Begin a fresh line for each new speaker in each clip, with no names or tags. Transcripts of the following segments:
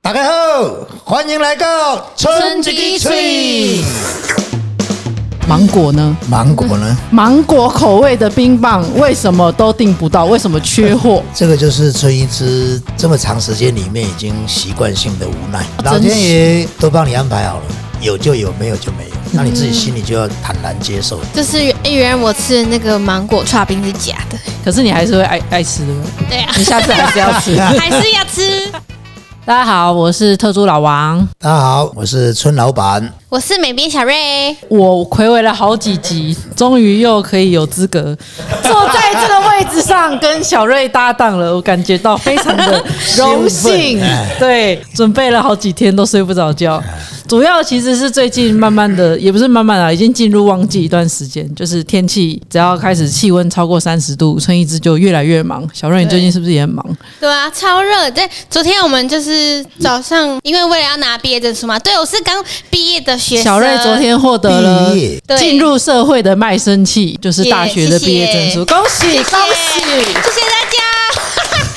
大家好，欢迎来到春之翠。
芒果呢？
芒果呢？
芒果口味的冰棒为什么都订不到？为什么缺货？
这个就是春一枝这么长时间里面已经习惯性的无奈，
真是
老天爷都帮你安排好了，有就有，没有就没有，
嗯
那你自己心里就要坦然接受。
就是原原来我吃的那个芒果刨冰是假的，
可是你还是会爱爱吃的，
对啊，
你下次还是要吃。
还是要吃。
大家好，我是特助老王，
大家好，我是春老板，
我是美编小瑞，
我暌违了好几集，终于又可以有资格坐在这个位置上跟小瑞搭档了，我感觉到非常的荣幸
兴奋 哎。
对，准备了好几天都睡不着觉，主要其实是最近慢慢的，也不是慢慢啊，已经进入旺季一段时间，就是天气只要开始气温超过三十度，春一枝就越来越忙。小瑞，你最近是不是也很忙？
对啊，超热。对，昨天我们就是早上，因为为了要拿毕业证书嘛，对我是刚毕业的学生。
小瑞昨天获得了
毕业
对
进入社会的卖身契，就是大学的毕业证
谢谢
书，恭喜
谢谢
恭喜！
谢谢大 家。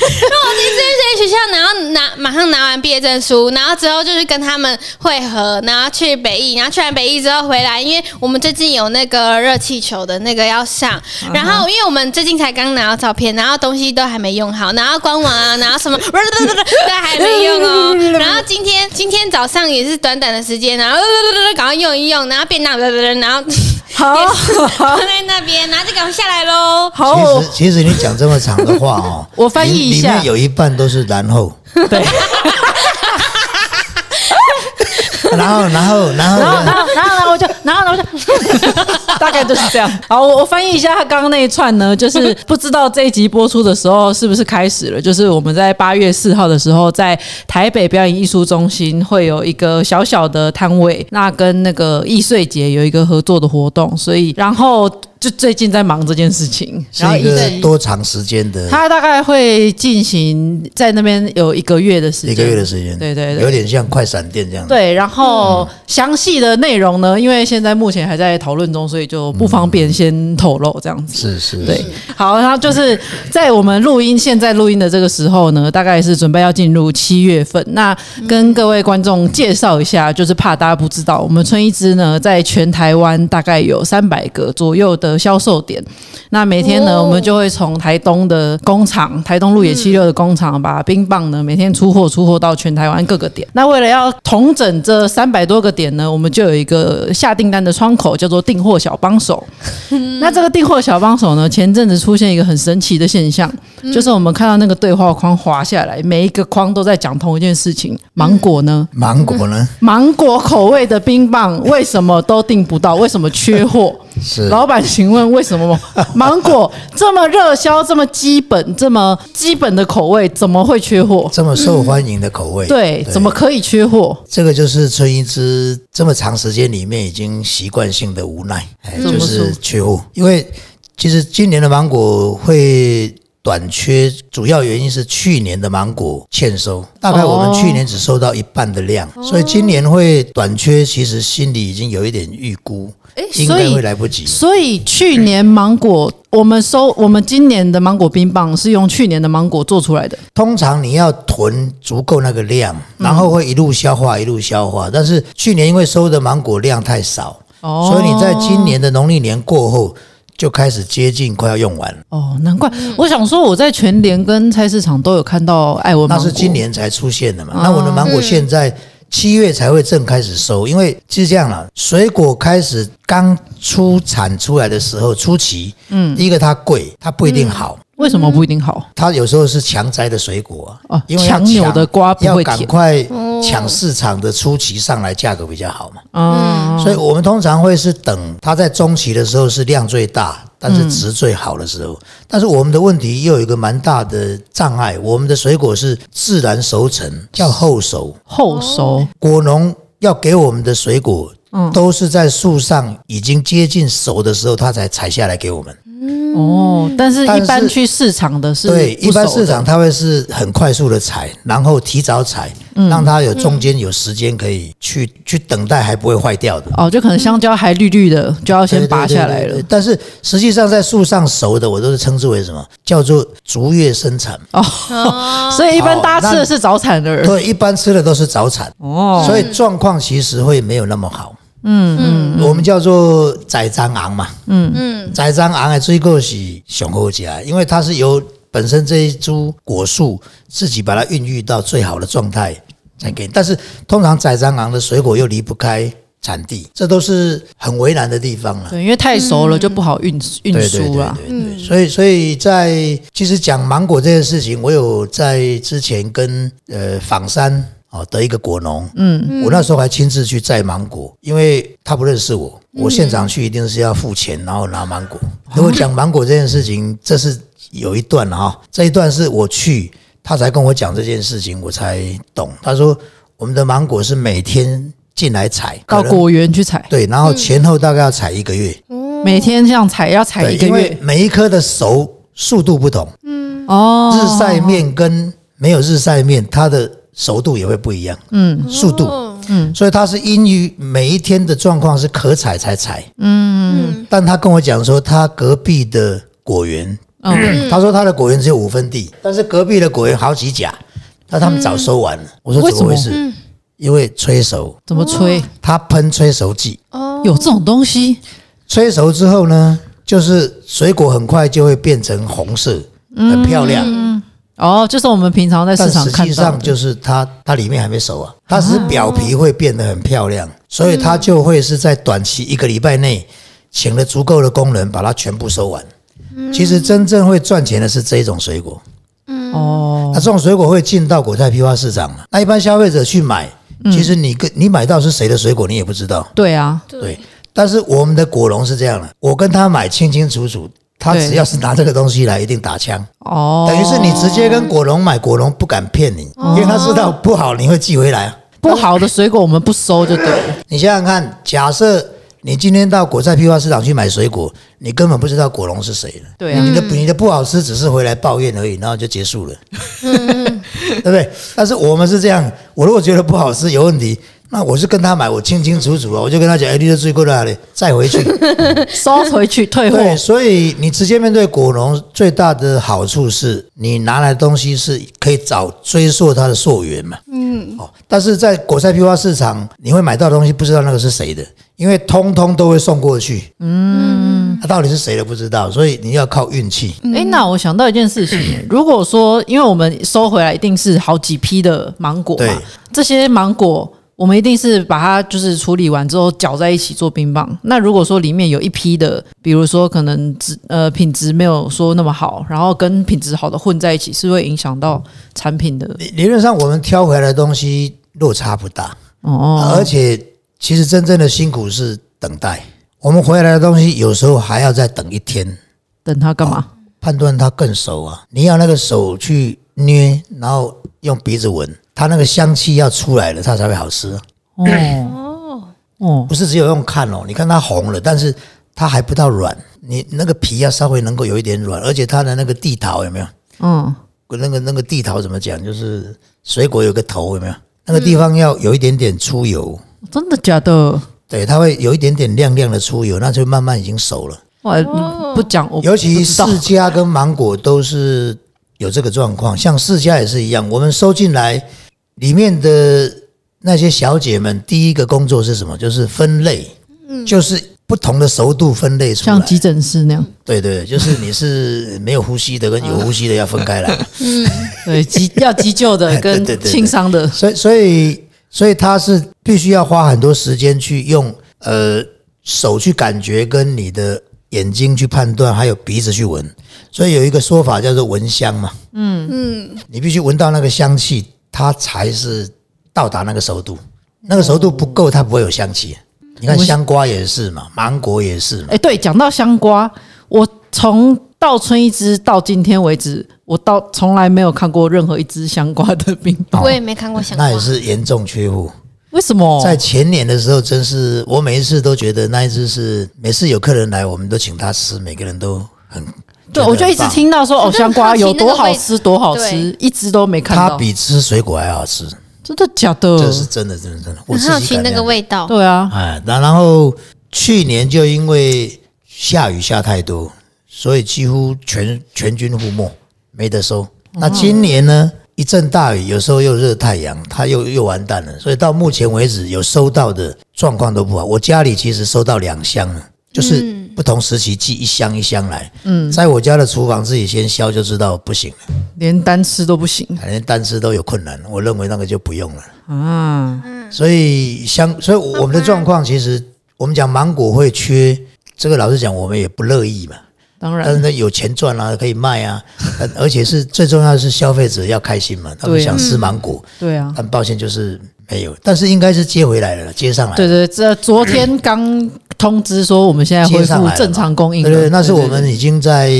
那我第一次去学校，然后拿马上拿完毕业证书，然后之后就是跟他们会合，然后去北艺，然后去完北艺之后回来，因为我们最近有那个热气球的那个要上，然后因为我们最近才刚拿到照片，然后东西都还没用好，然后官网啊，然后什么对还没用 哦，然后今天今天早上也是短短的时间，然后赶快用一用，然后变大，然后
好
放在那边，然后就赶快下来喽。
好，
其
我
实其实你讲这么长的话哦，
哦 我翻译
里
一下
里面有一半都是然后，
对，
然后然后然
然
后
后然后然后然后我 就然后然后我就，大概就是这样。好，我我翻译一下他刚刚那一串呢，就是不知道这一集播出的时候是不是开始了，就是我们在八月四号的时候，在台北表演艺术中心会有一个小小的摊位，那跟那个易碎节有一个合作的活动，所以然后就最近在忙这件事情，
是
然后
一
一
个多长时间的
他大概会进行在那边有一个月的时间，
一个月的时间，
对对
有
对。
点像快闪电这样。
对，然后详细的内容呢，因为现在目前还在讨论中，所以就不方便先透露这样子。
是是，
对
嗯是，
好，然后就是在我们录音，现在录音的这个时候呢，大概是准备要进入七月份。那跟各位观众介绍一下，就是怕大家不知道，我们春一枝呢，在全台湾大概有三百个左右的销售点。那每天呢，
哦
我们就会从台东的工厂，台东路野七六的工厂，把冰棒呢每天出货，出货到全台湾各个点。那为了要统整这三百多个点呢，我们就有一个下订单的窗口，叫做订货小帮手。那这个订货小帮手呢，前阵子出现一个很神奇的现象，就是我们看到那个对话框滑下来，每一个框都在讲同一件事情：芒果呢，
芒果 呢
芒果口味的冰棒为什么都订不到？为什么缺货？
是
老板询问为 什么芒果这么热销、这么基本、这么基本的口味，怎么会缺货？
这么受欢迎的口味，
嗯对，怎么可以缺货？
这个就是春一枝这么长时间里面已经习惯性的无奈，哎
怎么
就
说
是缺货。因为其实今年的芒果会短缺，主要原因是去年的芒果欠收，大概我们
哦
去年只收到一半的量，所以今年会短缺，其实心里已经有一点预估，应
所
该
以
会来不及。
所以去年芒果，我们收我们今年的芒果冰棒是用去年的芒果做出来的。
通常你要囤足够那个量，
嗯
然后会一路消化一路消化。但是去年因为收的芒果量太少，
哦
所以你在今年的农历年过后就开始接近快要用完，
哦，难怪我想说我在全联跟菜市场都有看到艾文
那
芒果。啊
是今年才出现的嘛。那我的芒果现在七月才会正开始收，因为是这样了，水果开始刚出产出来的时候初期，嗯，第一个它贵，它不一定好。
为什么不一定好？
它有时候是强摘的水果啊，
哦
因为要
强扭的瓜不
要
会
赶
甜
快抢市场的初期上来，价格比较好嘛。
嗯，
所以我们通常会是等它在中期的时候是量最大，但是值最好的时候。但是我们的问题又有一个蛮大的障碍，我们的水果是自然熟成，叫后熟。
后熟
果农要给我们的水果，
嗯
都是在树上已经接近熟的时候，它才采下来给我们。
哦，但是
但
一
是
般去市场的是
对，
不
一般
熟的
市场它会是很快速的采，然后提早采，
嗯
让它有中间有时间可以去去等待，还不会坏掉的。
哦，就可能香蕉还绿绿的，就要先
对
拔
对对
下来
对
了
对。但是实际上在树上熟的，我都是称之为什么叫做竹叶生产。
哦，所以一般大家吃的是早产儿。
对，一般吃的都是早产，
哦，
所以状况其实会没有那么好。嗯嗯，我们叫做宰蟑昂嘛。嗯嗯，宰蟑昂的水果是雄厚家，因为它是由本身这一株果树自己把它孕育到最好的状态才给你。但是通常宰蟑昂的水果又离不开产地，这都是很为难的地方啊了。
对，因为太熟了就不好运运
对对对
输啊啦。
对对所以所以在其实讲芒果这件事情，我有在之前跟呃仿山哦的一个果农，嗯，我那时候还亲自去摘芒果，因为他不认识我，我现场去一定是要付钱，然后拿芒果。如果讲芒果这件事情，这是有一段了哈、这一段是我去，他才跟我讲这件事情，我才懂。他说我们的芒果是每天进来采，
到
可能
果园去采，
对，然后前后大概要采一个月。
每天这样采要采
对，
一个
因为
月
每一颗的熟速度不同，
哦。
日晒面跟没有日晒面，它的熟度也会不一样，嗯，速度，
哦
嗯，所以它是因于每一天的状况是可采才采，嗯，但他跟我讲说，他隔壁的果园， 他说他的果园只有五分地，但是隔壁的果园好几甲，那他们早收完了，我说
为
怎
什
么
么
回事？因为催熟，
怎么吹？
他喷催熟剂，
有这种东西？
催熟之后呢，就是水果很快就会变成红色，很漂亮。
哦，就是我们平常在
但
嗯市场
实
看
际
到
上
的
就是它它里面还没熟啊，它只是表皮会变得很漂
嗯
亮，所以它就会是在短期一个礼拜内，请了足够的工人把它全部收完。其实真正会赚钱的是这一种水果，
嗯哦
那这种水果会进到果菜批发市场嘛？那一般消费者去买，
嗯
其实你跟你买到是谁的水果你也不知道。
对啊，
对，但是我们的果农是这样的，我跟他买清清楚楚，他
对
只要是拿这个东西来，一定打枪。
哦，
等于是你直接跟果农买，果农不敢骗你，因为他知道不好你会寄回来啊。
不好的水果我们不收就对了。
你想想看，假设你今天到果菜批发市场去买水果，你根本不知道果农是谁的。
对啊
你，的你的不好吃只是回来抱怨而已，然后就结束了，
嗯
对不对？但是我们是这样，我如果觉得不好吃有问题，那我是跟他买，我清清楚楚啊，我就跟他讲，哎，你的罪过在哪里？再回去。
收回去退货。
对，所以你直接面对果农最大的好处是你拿来的东西是可以找追溯它的溯源嘛。嗯。哦，但是在果菜批发市场，你会买到的东西不知道那个是谁的，因为通通都会送过去。嗯。那、到底是谁的不知道，所以你要靠运气。
哎、那我想到一件事 情耶，如果说因为我们收回来一定是好几批的芒果
对
嘛，这些芒果我们一定是把它就是处理完之后搅在一起做冰棒。那如果说里面有一批的，比如说可能质呃品质没有说那么好，然后跟品质好的混在一起，是会影响到产品的
理理论上，我们挑回来的东西落差不大。
哦。
而且其实真正的辛苦是等待。我们回来的东西有时候还要再等一天，
等它干嘛？
判断它更熟啊。你要那个手去捏，然后用鼻子闻，它那个香气要出来了，它才会好吃啊。
哦哦
不是只有用看哦，你看它红了，但是它还不到软，你那个皮要稍微能够有一点软，而且它的那个地桃有没有？
嗯
那个那个地桃怎么讲？就是水果有个头有没有？那个地方要有一点点出油，
真的假的？
对，它会有一点点亮亮的出油，那就慢慢已经熟了。
哇，你不讲我
尤其
不知道
释迦跟芒果都是有这个状况，像释迦也是一样。我们收进来里面的那些小姐们，第一个工作是什么？就是分类，就是不同的熟度分类出来
像。急诊室那样，
对对对，就是你是没有呼吸的跟有呼吸的要分开来。
对急要急救的
对
跟
对对对
轻伤的。
所以所以所以他是必须要花很多时间去用呃手去感觉，跟你的眼睛去判断，还有鼻子去闻。所以有一个说法叫做闻香嘛，嗯嗯，你必须闻到那个香气，它才是到达那个熟度。那个熟度不够，它不会有香气。你看香瓜也是嘛，芒果也是嘛
哎、，对，讲到香瓜，我从倒春一支到今天为止，我到从来没有看过任何一支香瓜的 冰棒。
我也没看过香瓜
那，也是严重缺货。
为什么？
在前年的时候，真是我每一次都觉得那一只是每次有客人来，我们都请他吃，每个人都很
对，我就一直。听到说哦，
我真的
香瓜
好奇
有
那个
多好
味
吃，多好吃，一直都没
觉
看
得很棒
到
它。比吃水果还好吃，
真的假的？
这是真的，真的真的。我
很
自己
好奇
敢
那个
量
味道。
对啊，
哎，然然后去年就因为下雨下太多，所以几乎全全军覆没，没得收。那今年呢？一阵大雨，有时候又热太阳，它又又完蛋了。所以到目前为止，有收到的状况都不好。我家里其实收到两箱了，就是不同时期寄一箱一箱来。嗯，在我家的厨房自己先削就知道不行了，
连单吃都不行
连单吃都有困难。我认为那个就不用了。
啊！
所以相，所以我们的状况其实，我们讲芒果会缺，这个老实讲，我们也不乐意嘛。
当
但是
然，
呢，有钱赚啊，可以卖 啊，但而且是最重要的是消费者要开心嘛，他们
对啊
想吃芒果，
对啊，
但抱歉就是没有，但是应该是接回来了，接上来了。
对对，这昨天刚通知说我们现在恢
接上
复
来了嘛
正常供应了，啊
对对，那是我
对
们已经在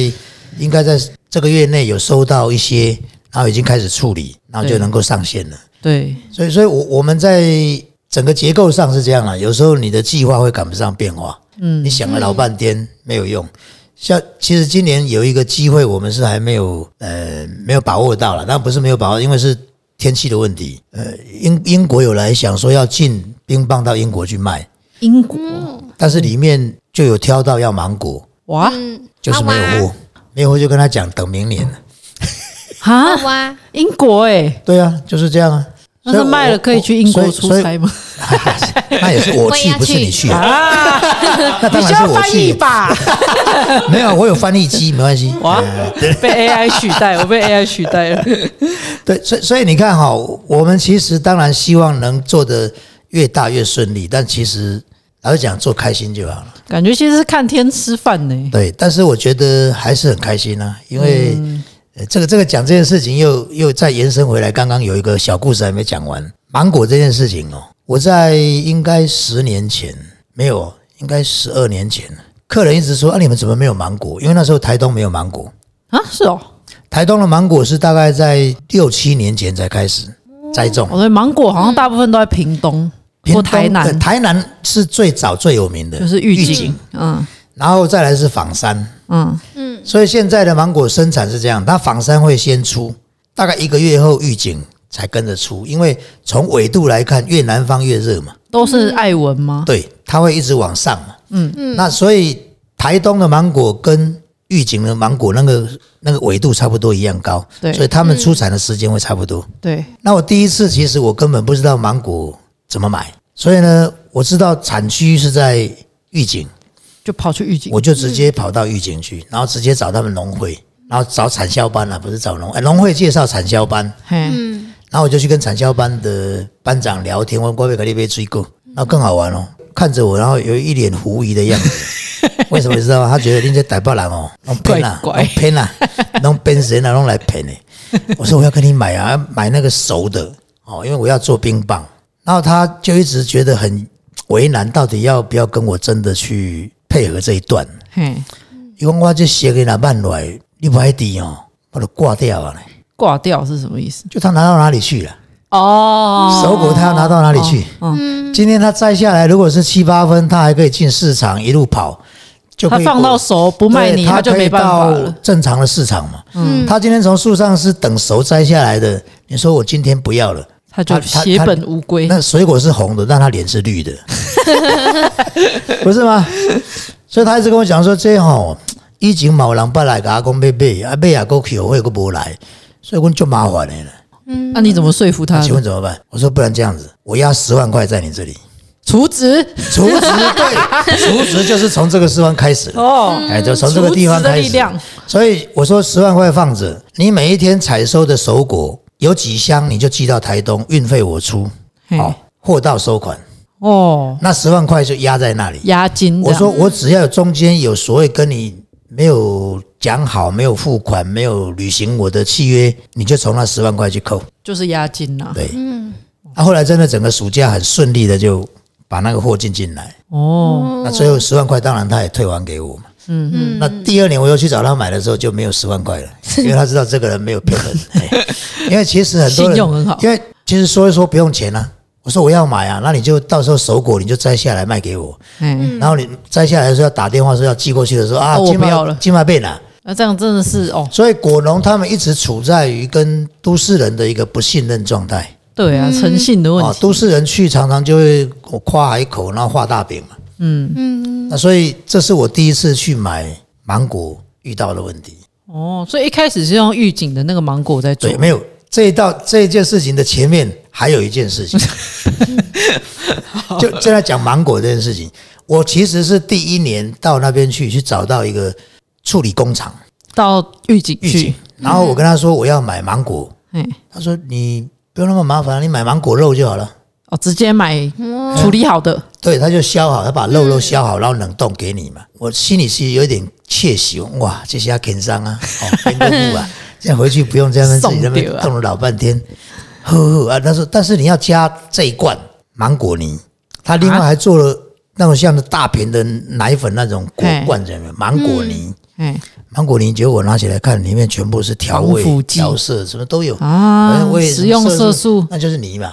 应该在这个月内有收到一些，然后已经开始处理，然后就
对
能够上线了。
对
所以，所以我我们在整个结构上是这样啊，有时候你的计划会赶不上变化，嗯，你想了老半天没有用。像其实今年有一个机会，我们是还没有呃没有把握到了，但不是没有把握，因为是天气的问题。呃，英英国有来想说要进冰棒到英国去卖，
英国
但是里面就有挑到要芒果，
哇
嗯，
就是没有货，没有货就跟他讲等明年了。
啊
好哇，
英国哎，
对啊，就是这样啊。
那是卖了可以去英国出差
吗？
吗？
那也是我
我也
去
要，
不是你
去
去 啊。
啊，
那
你
当然是
需要
我
翻译
去。
吧？
没有，我有翻译机，没关系。
哇， 被 AI 取代，我被 AI 取代了。
对，所以所以你看哈、我们其实当然希望能做的越大越顺利，但其实老实讲，做开心就好了。
感觉其实是看天吃饭呢。
对，但是我觉得还是很开心啊，因为、呃这个这个讲这件事情又又再延伸回来，刚刚有一个小故事还没讲完，芒果这件事情哦，我在应该十年前没有，应该十二年前，客人一直说啊，你们怎么没有芒果？因为那时候台东没有芒果。
啊，是哦，
台东的芒果是大概在六七年前才开始栽种
我，的哦芒果好像大部分都在屏东
屏
或
东
台
对
南，
台南是最早最有名的，
就是预警。嗯
然后再来是仿山，
嗯，
所以现在的芒果生产是这样，它仿山会先出，大概一个月后预警才跟着出，因为从纬度来看，越南方越热嘛，
都是艾文吗？
对，它会一直往上嘛，嗯嗯，那所以台东的芒果跟预警的芒果那个那个纬度差不多一样高，
对
所以他们出产的时间会差不多。
对，
那我第一次其实我根本不知道芒果怎么买，所以呢，我知道产区是在预警，
就跑去预警
我。就直接跑到预警去，然后直接找他们农会，然后找产销班啊，不是找农，哎，农会介绍产销班，
嘿，
然后我就去跟产销班的班长聊天，问郭贝克利被追过，那更好玩哦，看着我，然后有一脸狐疑的 样子。为什么你知道吗？他觉得你这台北人哦，弄骗啦，
怪怪
弄骗 啦，弄骗谁呢？弄来骗你。我说我要跟你买啊，买那个熟的哦，因为我要做冰棒。然后他就一直觉得很为难，到底要不要跟我真的去配合这一段？
嘿，
伊讲我这鞋给拿慢来，你不爱滴哦，我都挂掉了呢。
挂掉是什么意思？
就他拿到哪里去了？
哦，
手果他要拿到哪里去？今天他摘下来，如果是七八分，他还可以进市场一路跑，就
他
可以
放到熟不卖你，
对
他就
可以
没办法
到
了。嗯
正常的市场嘛。他今天从树上是等熟摘下来的，你说我今天不要了，
他就
他
血本无归，
那水果是红的，但他脸是绿 的，不是吗？所以他一直跟我讲说，这吼以前冇人捌来甲我讲要买，啊买啊，个后悔个无来，所以阮就麻烦的了。
那你怎么说服他的？
请问怎么办？我说不然这样子，我压十万块在你这里，
厨子
除值对，除值就是从这个十万开始了。
哦，
哎，就从这个地方
除值的
开
力
始
量。
所以我说十万块放着，你每一天采收的熟果有几箱，你就寄到台东，运费我出，
嘿
好、货到收款，
哦，
那十万块就压在那里。
押金这
我
样。
说我只要有中间有所谓跟你没有讲好、没有付款、没有履行我的契约，你就从那十万块去扣。
就是押金啊啦。
对，嗯。那、后来真的整个暑假很顺利的就把那个货进进来，
哦，
那最后十万块当然他也退还给我嘛。嗯嗯，那第二年我又去找他买的时候就没有十万 块了，因为他知道这个人没有骗人。哎因为其实很多人
信用很好
因为其实说一说不用钱啊。我说我要买啊，那你就到时候手果你就摘下来卖给我，
哎，
然后你摘下来的时候要打电话说要寄过去的时候啊，
哦我
金马
不要了
金马贝了。
那这样真的是哦，
所以果农他们一直处在于跟都市人的一个不信任状态。
对啊，诚信的问
啊，
题。
都市人去常常就会夸海口，然后画大饼嘛。嗯嗯，那所以这是我第一次去买芒果遇到的问题。
哦，所以一开始是用预警的那个芒果在做
对，，没有这一道这一件事情的前面还有一件事情，就正在讲芒果这件事情。我其实是第一年到那边去，去找到一个处理工厂
到预警
预警
去，，嗯
然后我跟他说我要买芒果，
哎，
他说你不用那么麻烦，你买芒果肉就好了。
哦，直接买
嗯
处理好的，
对，他就削好，他把肉肉削好，然后冷冻给你嘛。我心里是有点窃喜，哇，这下肯伤啊，哦，跟动物啊，这样回去不用这样自己在那边
送掉啊
动了老半天，呵呵啊。他说，但是你要加这一罐芒果泥，他另外还做了那种像大瓶的奶粉那种果
嘿
罐子，芒果泥，
哎
芒果泥。结果我拿起来看，里面全部是调味
防腐、剂
调色，什么都有。反
啊
正我，也
食用色 素，
那就是你嘛。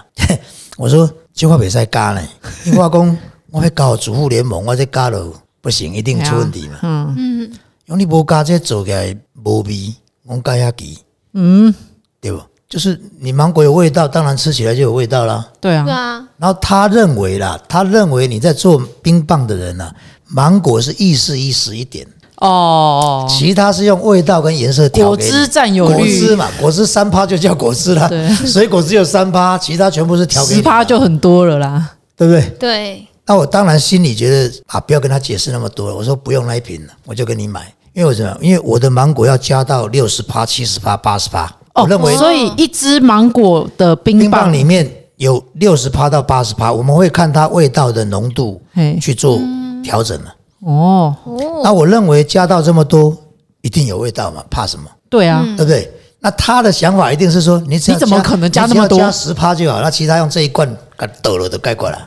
我说这话别再加呢，因为我讲我要搞主妇联盟，我再加了不行，一定出问题嘛。
嗯，
因为你无加这做起来无味，我加遐奇，
嗯，
对不？就是你芒果有味道，当然吃起来就有味道啦。
对
对
啊，
啊，
然后他认为啦，他认为你在做冰棒的人呢、啊，芒果是意式意识一点，
哦，
其他是用味道跟颜色调
果
给你
汁占有
果汁
率
嘛，果汁三趴就叫果汁啦
对，
水果只有三趴，其他全部是调给
十
你的
趴就很多了啦，
对不对？
对，
那我当然心里觉得啊，不要跟他解释那么多了。我说不用那一瓶了，我就跟你买，因为我什么样？因为我的芒果要加到六十趴、七十趴、八十趴，
哦
我认为
所以一支芒果的冰
嗯冰
棒
棒里面有六十趴到八十趴，我们会看它味道的浓度
嘿
去做调整了。
哦，
那我认为加到这么多，一定有味道嘛，怕什么？
对啊，
对不对？那他的想法一定是说，你只要
你怎么可能加那么
你
多
只要加十趴就好，那其他用这一罐给抖了 都盖过来。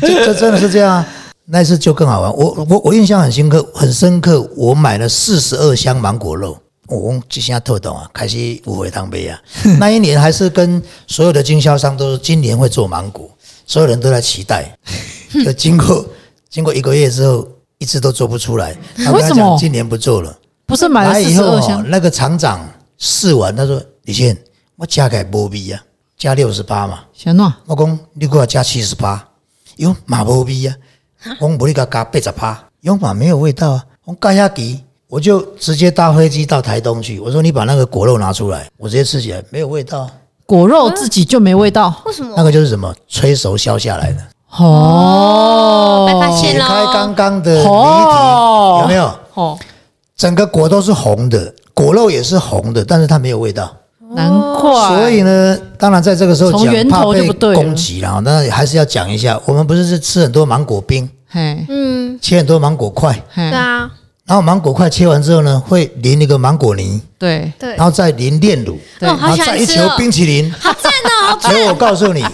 这这真的是这样啊！那一次就更好玩，我我我印象很深刻，很深刻。我买了四十二箱芒果肉，我讲这下透懂啊，开始五回汤 杯啊。那一年还是跟所有的经销商都说今年会做芒果，所有人都在期 待。就经过经过一个月之后，一直都做不出来。他跟
为
他
什么
讲今年不做了。
不是买了
来
四
以
十
后
二
哦
箱，，
那个厂长试完，他说：“李健，我加起来无味啊，加六十八嘛。
行诺，”
我讲：“你给我加七十八，哟嘛无味啊。”我讲：“不，你给我加八十八，哟嘛没有味道啊。”我讲：“下给，我就直接搭飞机到台东去。我说：“你把那个果肉拿出来，我直接吃起来没有味道啊、
果肉自己就没味道
为什么
那？个就是什么催熟削下来的，
哦，
被发现
解开
喽
刚刚的谜题，
哦
有没有？
哦，
整个果都是红的，果肉也是红的，但是它没有味道。
难怪，
所以呢，当然在这个时候
从
讲
源
怕
头就
被
不对了
攻击了，那还是要讲一下，我们不是是吃很多芒果冰，
嘿，
嗯，
切很多芒果块，
嘿
对，啊，
然后芒果块切完之后呢，会淋一个芒果泥，
对
对
然，后再淋炼乳，
对
哦，
然
好
后
喜
再
欢
一
吃
球
哦，
冰淇淋。
好赞哦，好
结果我
赞，
告诉你，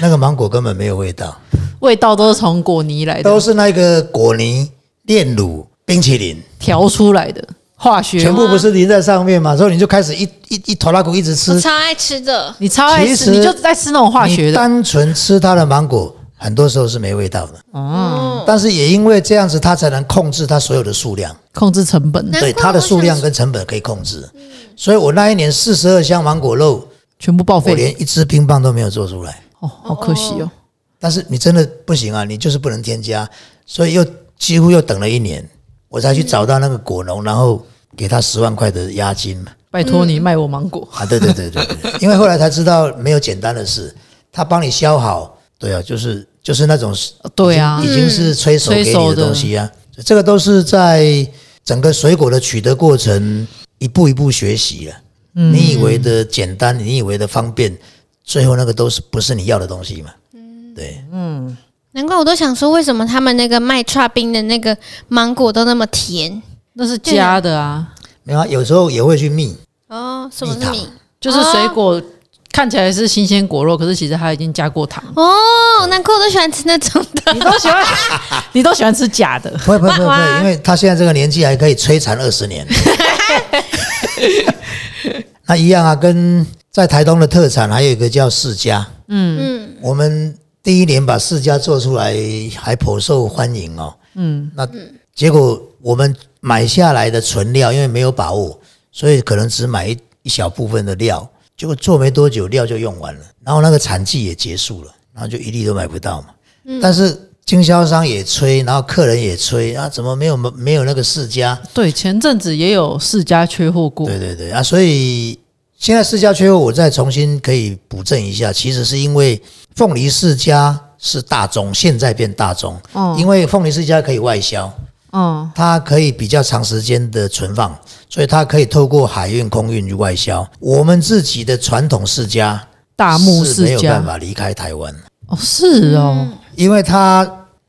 那个芒果根本没有味道，
味道都是从果泥来的
都，是那个果泥、炼乳、冰淇淋，
调出来的化学，
全部不是淋在上面嘛，所以你就开始一一一头拉骨一直吃
我，超爱吃的，
你超爱
其
吃，
实
你就在吃那种化学
你
的，
单纯吃它的芒果，很多时候是没味道的。
哦，
但是也因为这样子，它才能控制它所有的数量，
控制成本，
难怪
对它的数量跟成本可以控制。
嗯
所以我那一年四十二箱芒果肉，
全部报
我
废，
连一支冰棒都没有做出来。
哦，好可惜哦，
但是你真的不行啊，你就是不能添加，所以又几乎又等了一年，我才去找到那个果农，然后给他十万块的押金嘛。
拜托你卖我芒果，
啊，对对对对 对，因为后来才知道没有简单的事，他帮你削好，对啊，就是就是那种
对啊
已，经是催熟给
催熟
你的
的
东西啊。这个都是在整个水果的取得过程一步一步学习了、你以为的简单，你以为的方便，最后那个都是不是你要的东西嘛？对，
难怪我都想说，为什么他们那个卖串冰的那个芒果都那么甜
那是加的啊，
没有啊，有时候也会去蜜，
哦？什么
蜜
是
糖
米？
就是水果
啊
看起来是新鲜果肉，可是其实它已经加过糖。
哦，难怪我都喜欢吃那种的。
你都喜欢， 你都喜欢吃假的。
不会不会
哇
不会，
哇
因为他现在这个年纪还可以摧残二十 年。那一样啊，跟在台东的特产还有一个叫释迦，
嗯，
我们第一年把世家做出来，还颇受欢迎哦。嗯，那结果我们买下来的存料，因为没有把握，所以可能只买一一小部分的料，结果做没多久料就用完了，然后那个产季也结束了，然后就一粒都买不到嘛。但是经销商也催，然后客人也催，啊，怎么没有没有那个世家？
对，前阵子也有世家缺货过，
对对对啊，所以现在释迦缺货，我再重新可以补正一下，其实是因为凤梨世家是大宗，现在变大宗，
哦
因为凤梨世家可以外销，
嗯，
它可以比较长时间的存放，所以它可以透过海运、空运去外销。我们自己的传统世家
大木
是没
世
有
家
办，法嗯离开台湾，
哦，是哦，
因为它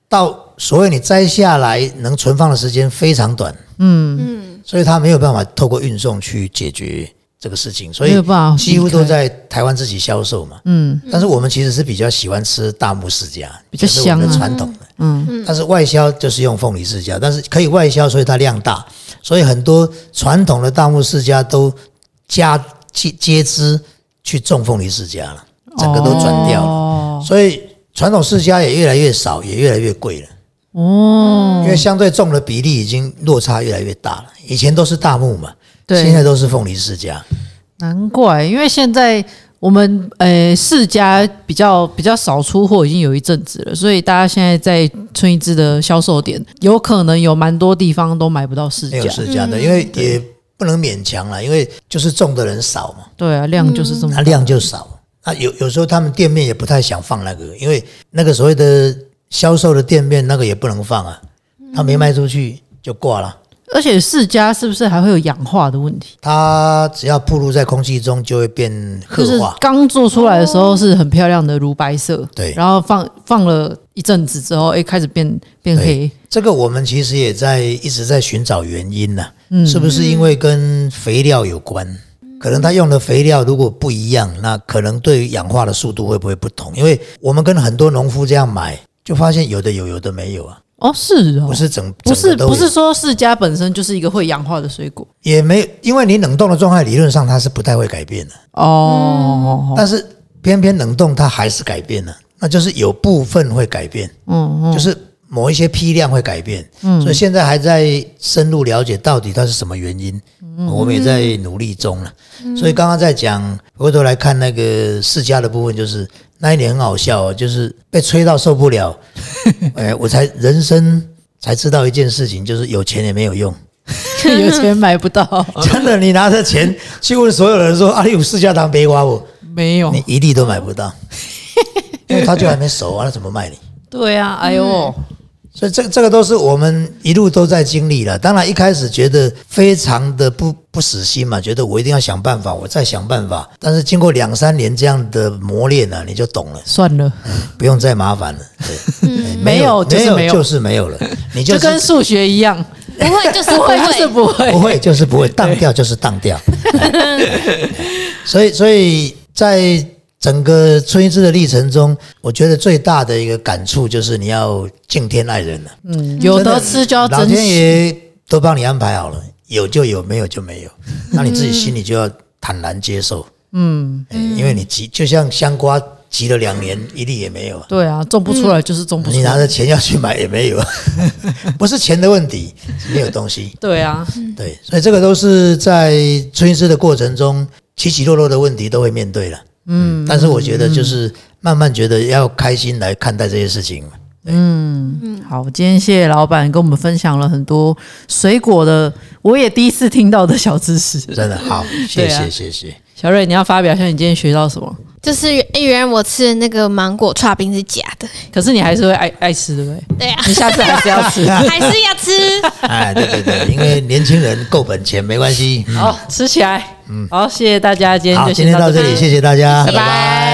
到所以你摘下来能存放的时间非常短，嗯嗯，所以它没有办法透过运送去解决这个事情，所
没
以
有办法
几乎
离开
都在台湾自己销售嘛。
嗯
但是我们其实是比较喜欢吃大木世家，
比
这
较
是我们
香啊
的传统的。
嗯，
但是外销就是用凤梨世家，但是可以外销，所以它量大，所以很多传统的大木世家都加接接资去种凤梨世家了，整个都转掉了，
哦，
所以传统世家也越来越少，也越来越贵了，
哦
因为相对种的比例已经落差越来越大了，以前都是大木嘛，
对
现在都是凤梨世家，
难怪，因为现在我们呃世家比较比较少出货，已经有一阵子了，所以大家现在在春一枝的销售点，有可能有蛮多地方都买不到世
没有
家。嗯
世家的，因为也不能勉强了，因为就是种的人少嘛。
对啊，量就是这么
那量就少。那有有时候他们店面也不太想放那个，因为那个所谓的销售的店面那个也不能放啊，他
嗯
没卖出去就挂了。
而且世家是不是还会有氧化的问题？
它只要暴露在空气中，就会变褐
就是
化。
刚做出来的时候是很漂亮的乳白色，
对
然后放放了一阵子之后，哎、开始变变黑，
这个我们其实也在一直在寻找原因呐、是不是因为跟肥料有关？嗯可能他用的肥料如果不一样，那可能对于氧化的速度会不会不同？因为我们跟很多农夫这样买，就发现有的有，有的没有啊，
哦，是哦，
不是整
不
整
是
个都有
不是说世家本身就是一个会氧化的水果
也没有，因为你冷冻的状态理论上它是不太会改变的，
哦，
但是偏偏冷冻它还是改变了，那就是有部分会改变，
嗯嗯，
就是某一些批量会改变，所以现在还在深入了解到底它是什么原因，
嗯
我们也在努力中了。所以刚刚在讲，回头来看那个世家的部分，就是那一年很好笑哦，就是被吹到受不 了，哎，我才人生才知道一件事情，就是有钱也没有用。
有钱买不到，
真的，你拿着钱去问所有人说：“阿里有四家堂别挖我，
没有，
你一粒都买不 到，因为他就还没熟啊，那怎么卖你？”
对啊，哎呦，
所以这这个都是我们一路都在经历了。当然一开始觉得非常的不不死心嘛，觉得我一定要想办法，我再想办法。但是经过两三年这样的磨练呢、你就懂了，
算了，
不用再麻烦了。对，哎
嗯没有就是
没
没有
就是没有了，你
就
就是
跟数学一样，
不会就是
不
不
会就是
会，
不 会
不，会就是不会，当掉就是当 掉。所以，所以在整个春枝的历程中，我觉得最大的一个感触就是你要敬天爱人了，
嗯有得吃就要
老
珍
天
惜，
爷都帮你安排好了，有就有，没有就没有，那你自己心里就要坦然接受。嗯，因为你急，就像香瓜急了两年，一粒也没有啊。
对啊，种不出来就是种不
嗯
出
你拿
来，
着钱要去买也没有啊， 不是钱的问题，是没有东西。
对啊，
对，所以这个都是在春师的过程中起起落落的问题都会面对了。嗯，但是我觉得就是慢慢觉得要开心来看待这些事情。
好，今天谢谢老板跟我们分享了很多水果的，我也第一次听到的小知识。
真的好，
对
谢
啊
谢谢谢。
小瑞，你要发表一下你今天学到什么？
就是原原来我吃的那个芒果刨冰是假的，
可是你还是会爱爱吃，对不对？
对啊，
你下次还是要吃。
还是要吃。
哎，对对对，因为年轻人够本钱没关系。嗯
好，吃起来。好，谢谢大家，今天
好，
就
今
先
天
到
到
这
这
里
里，。谢谢大家，
拜拜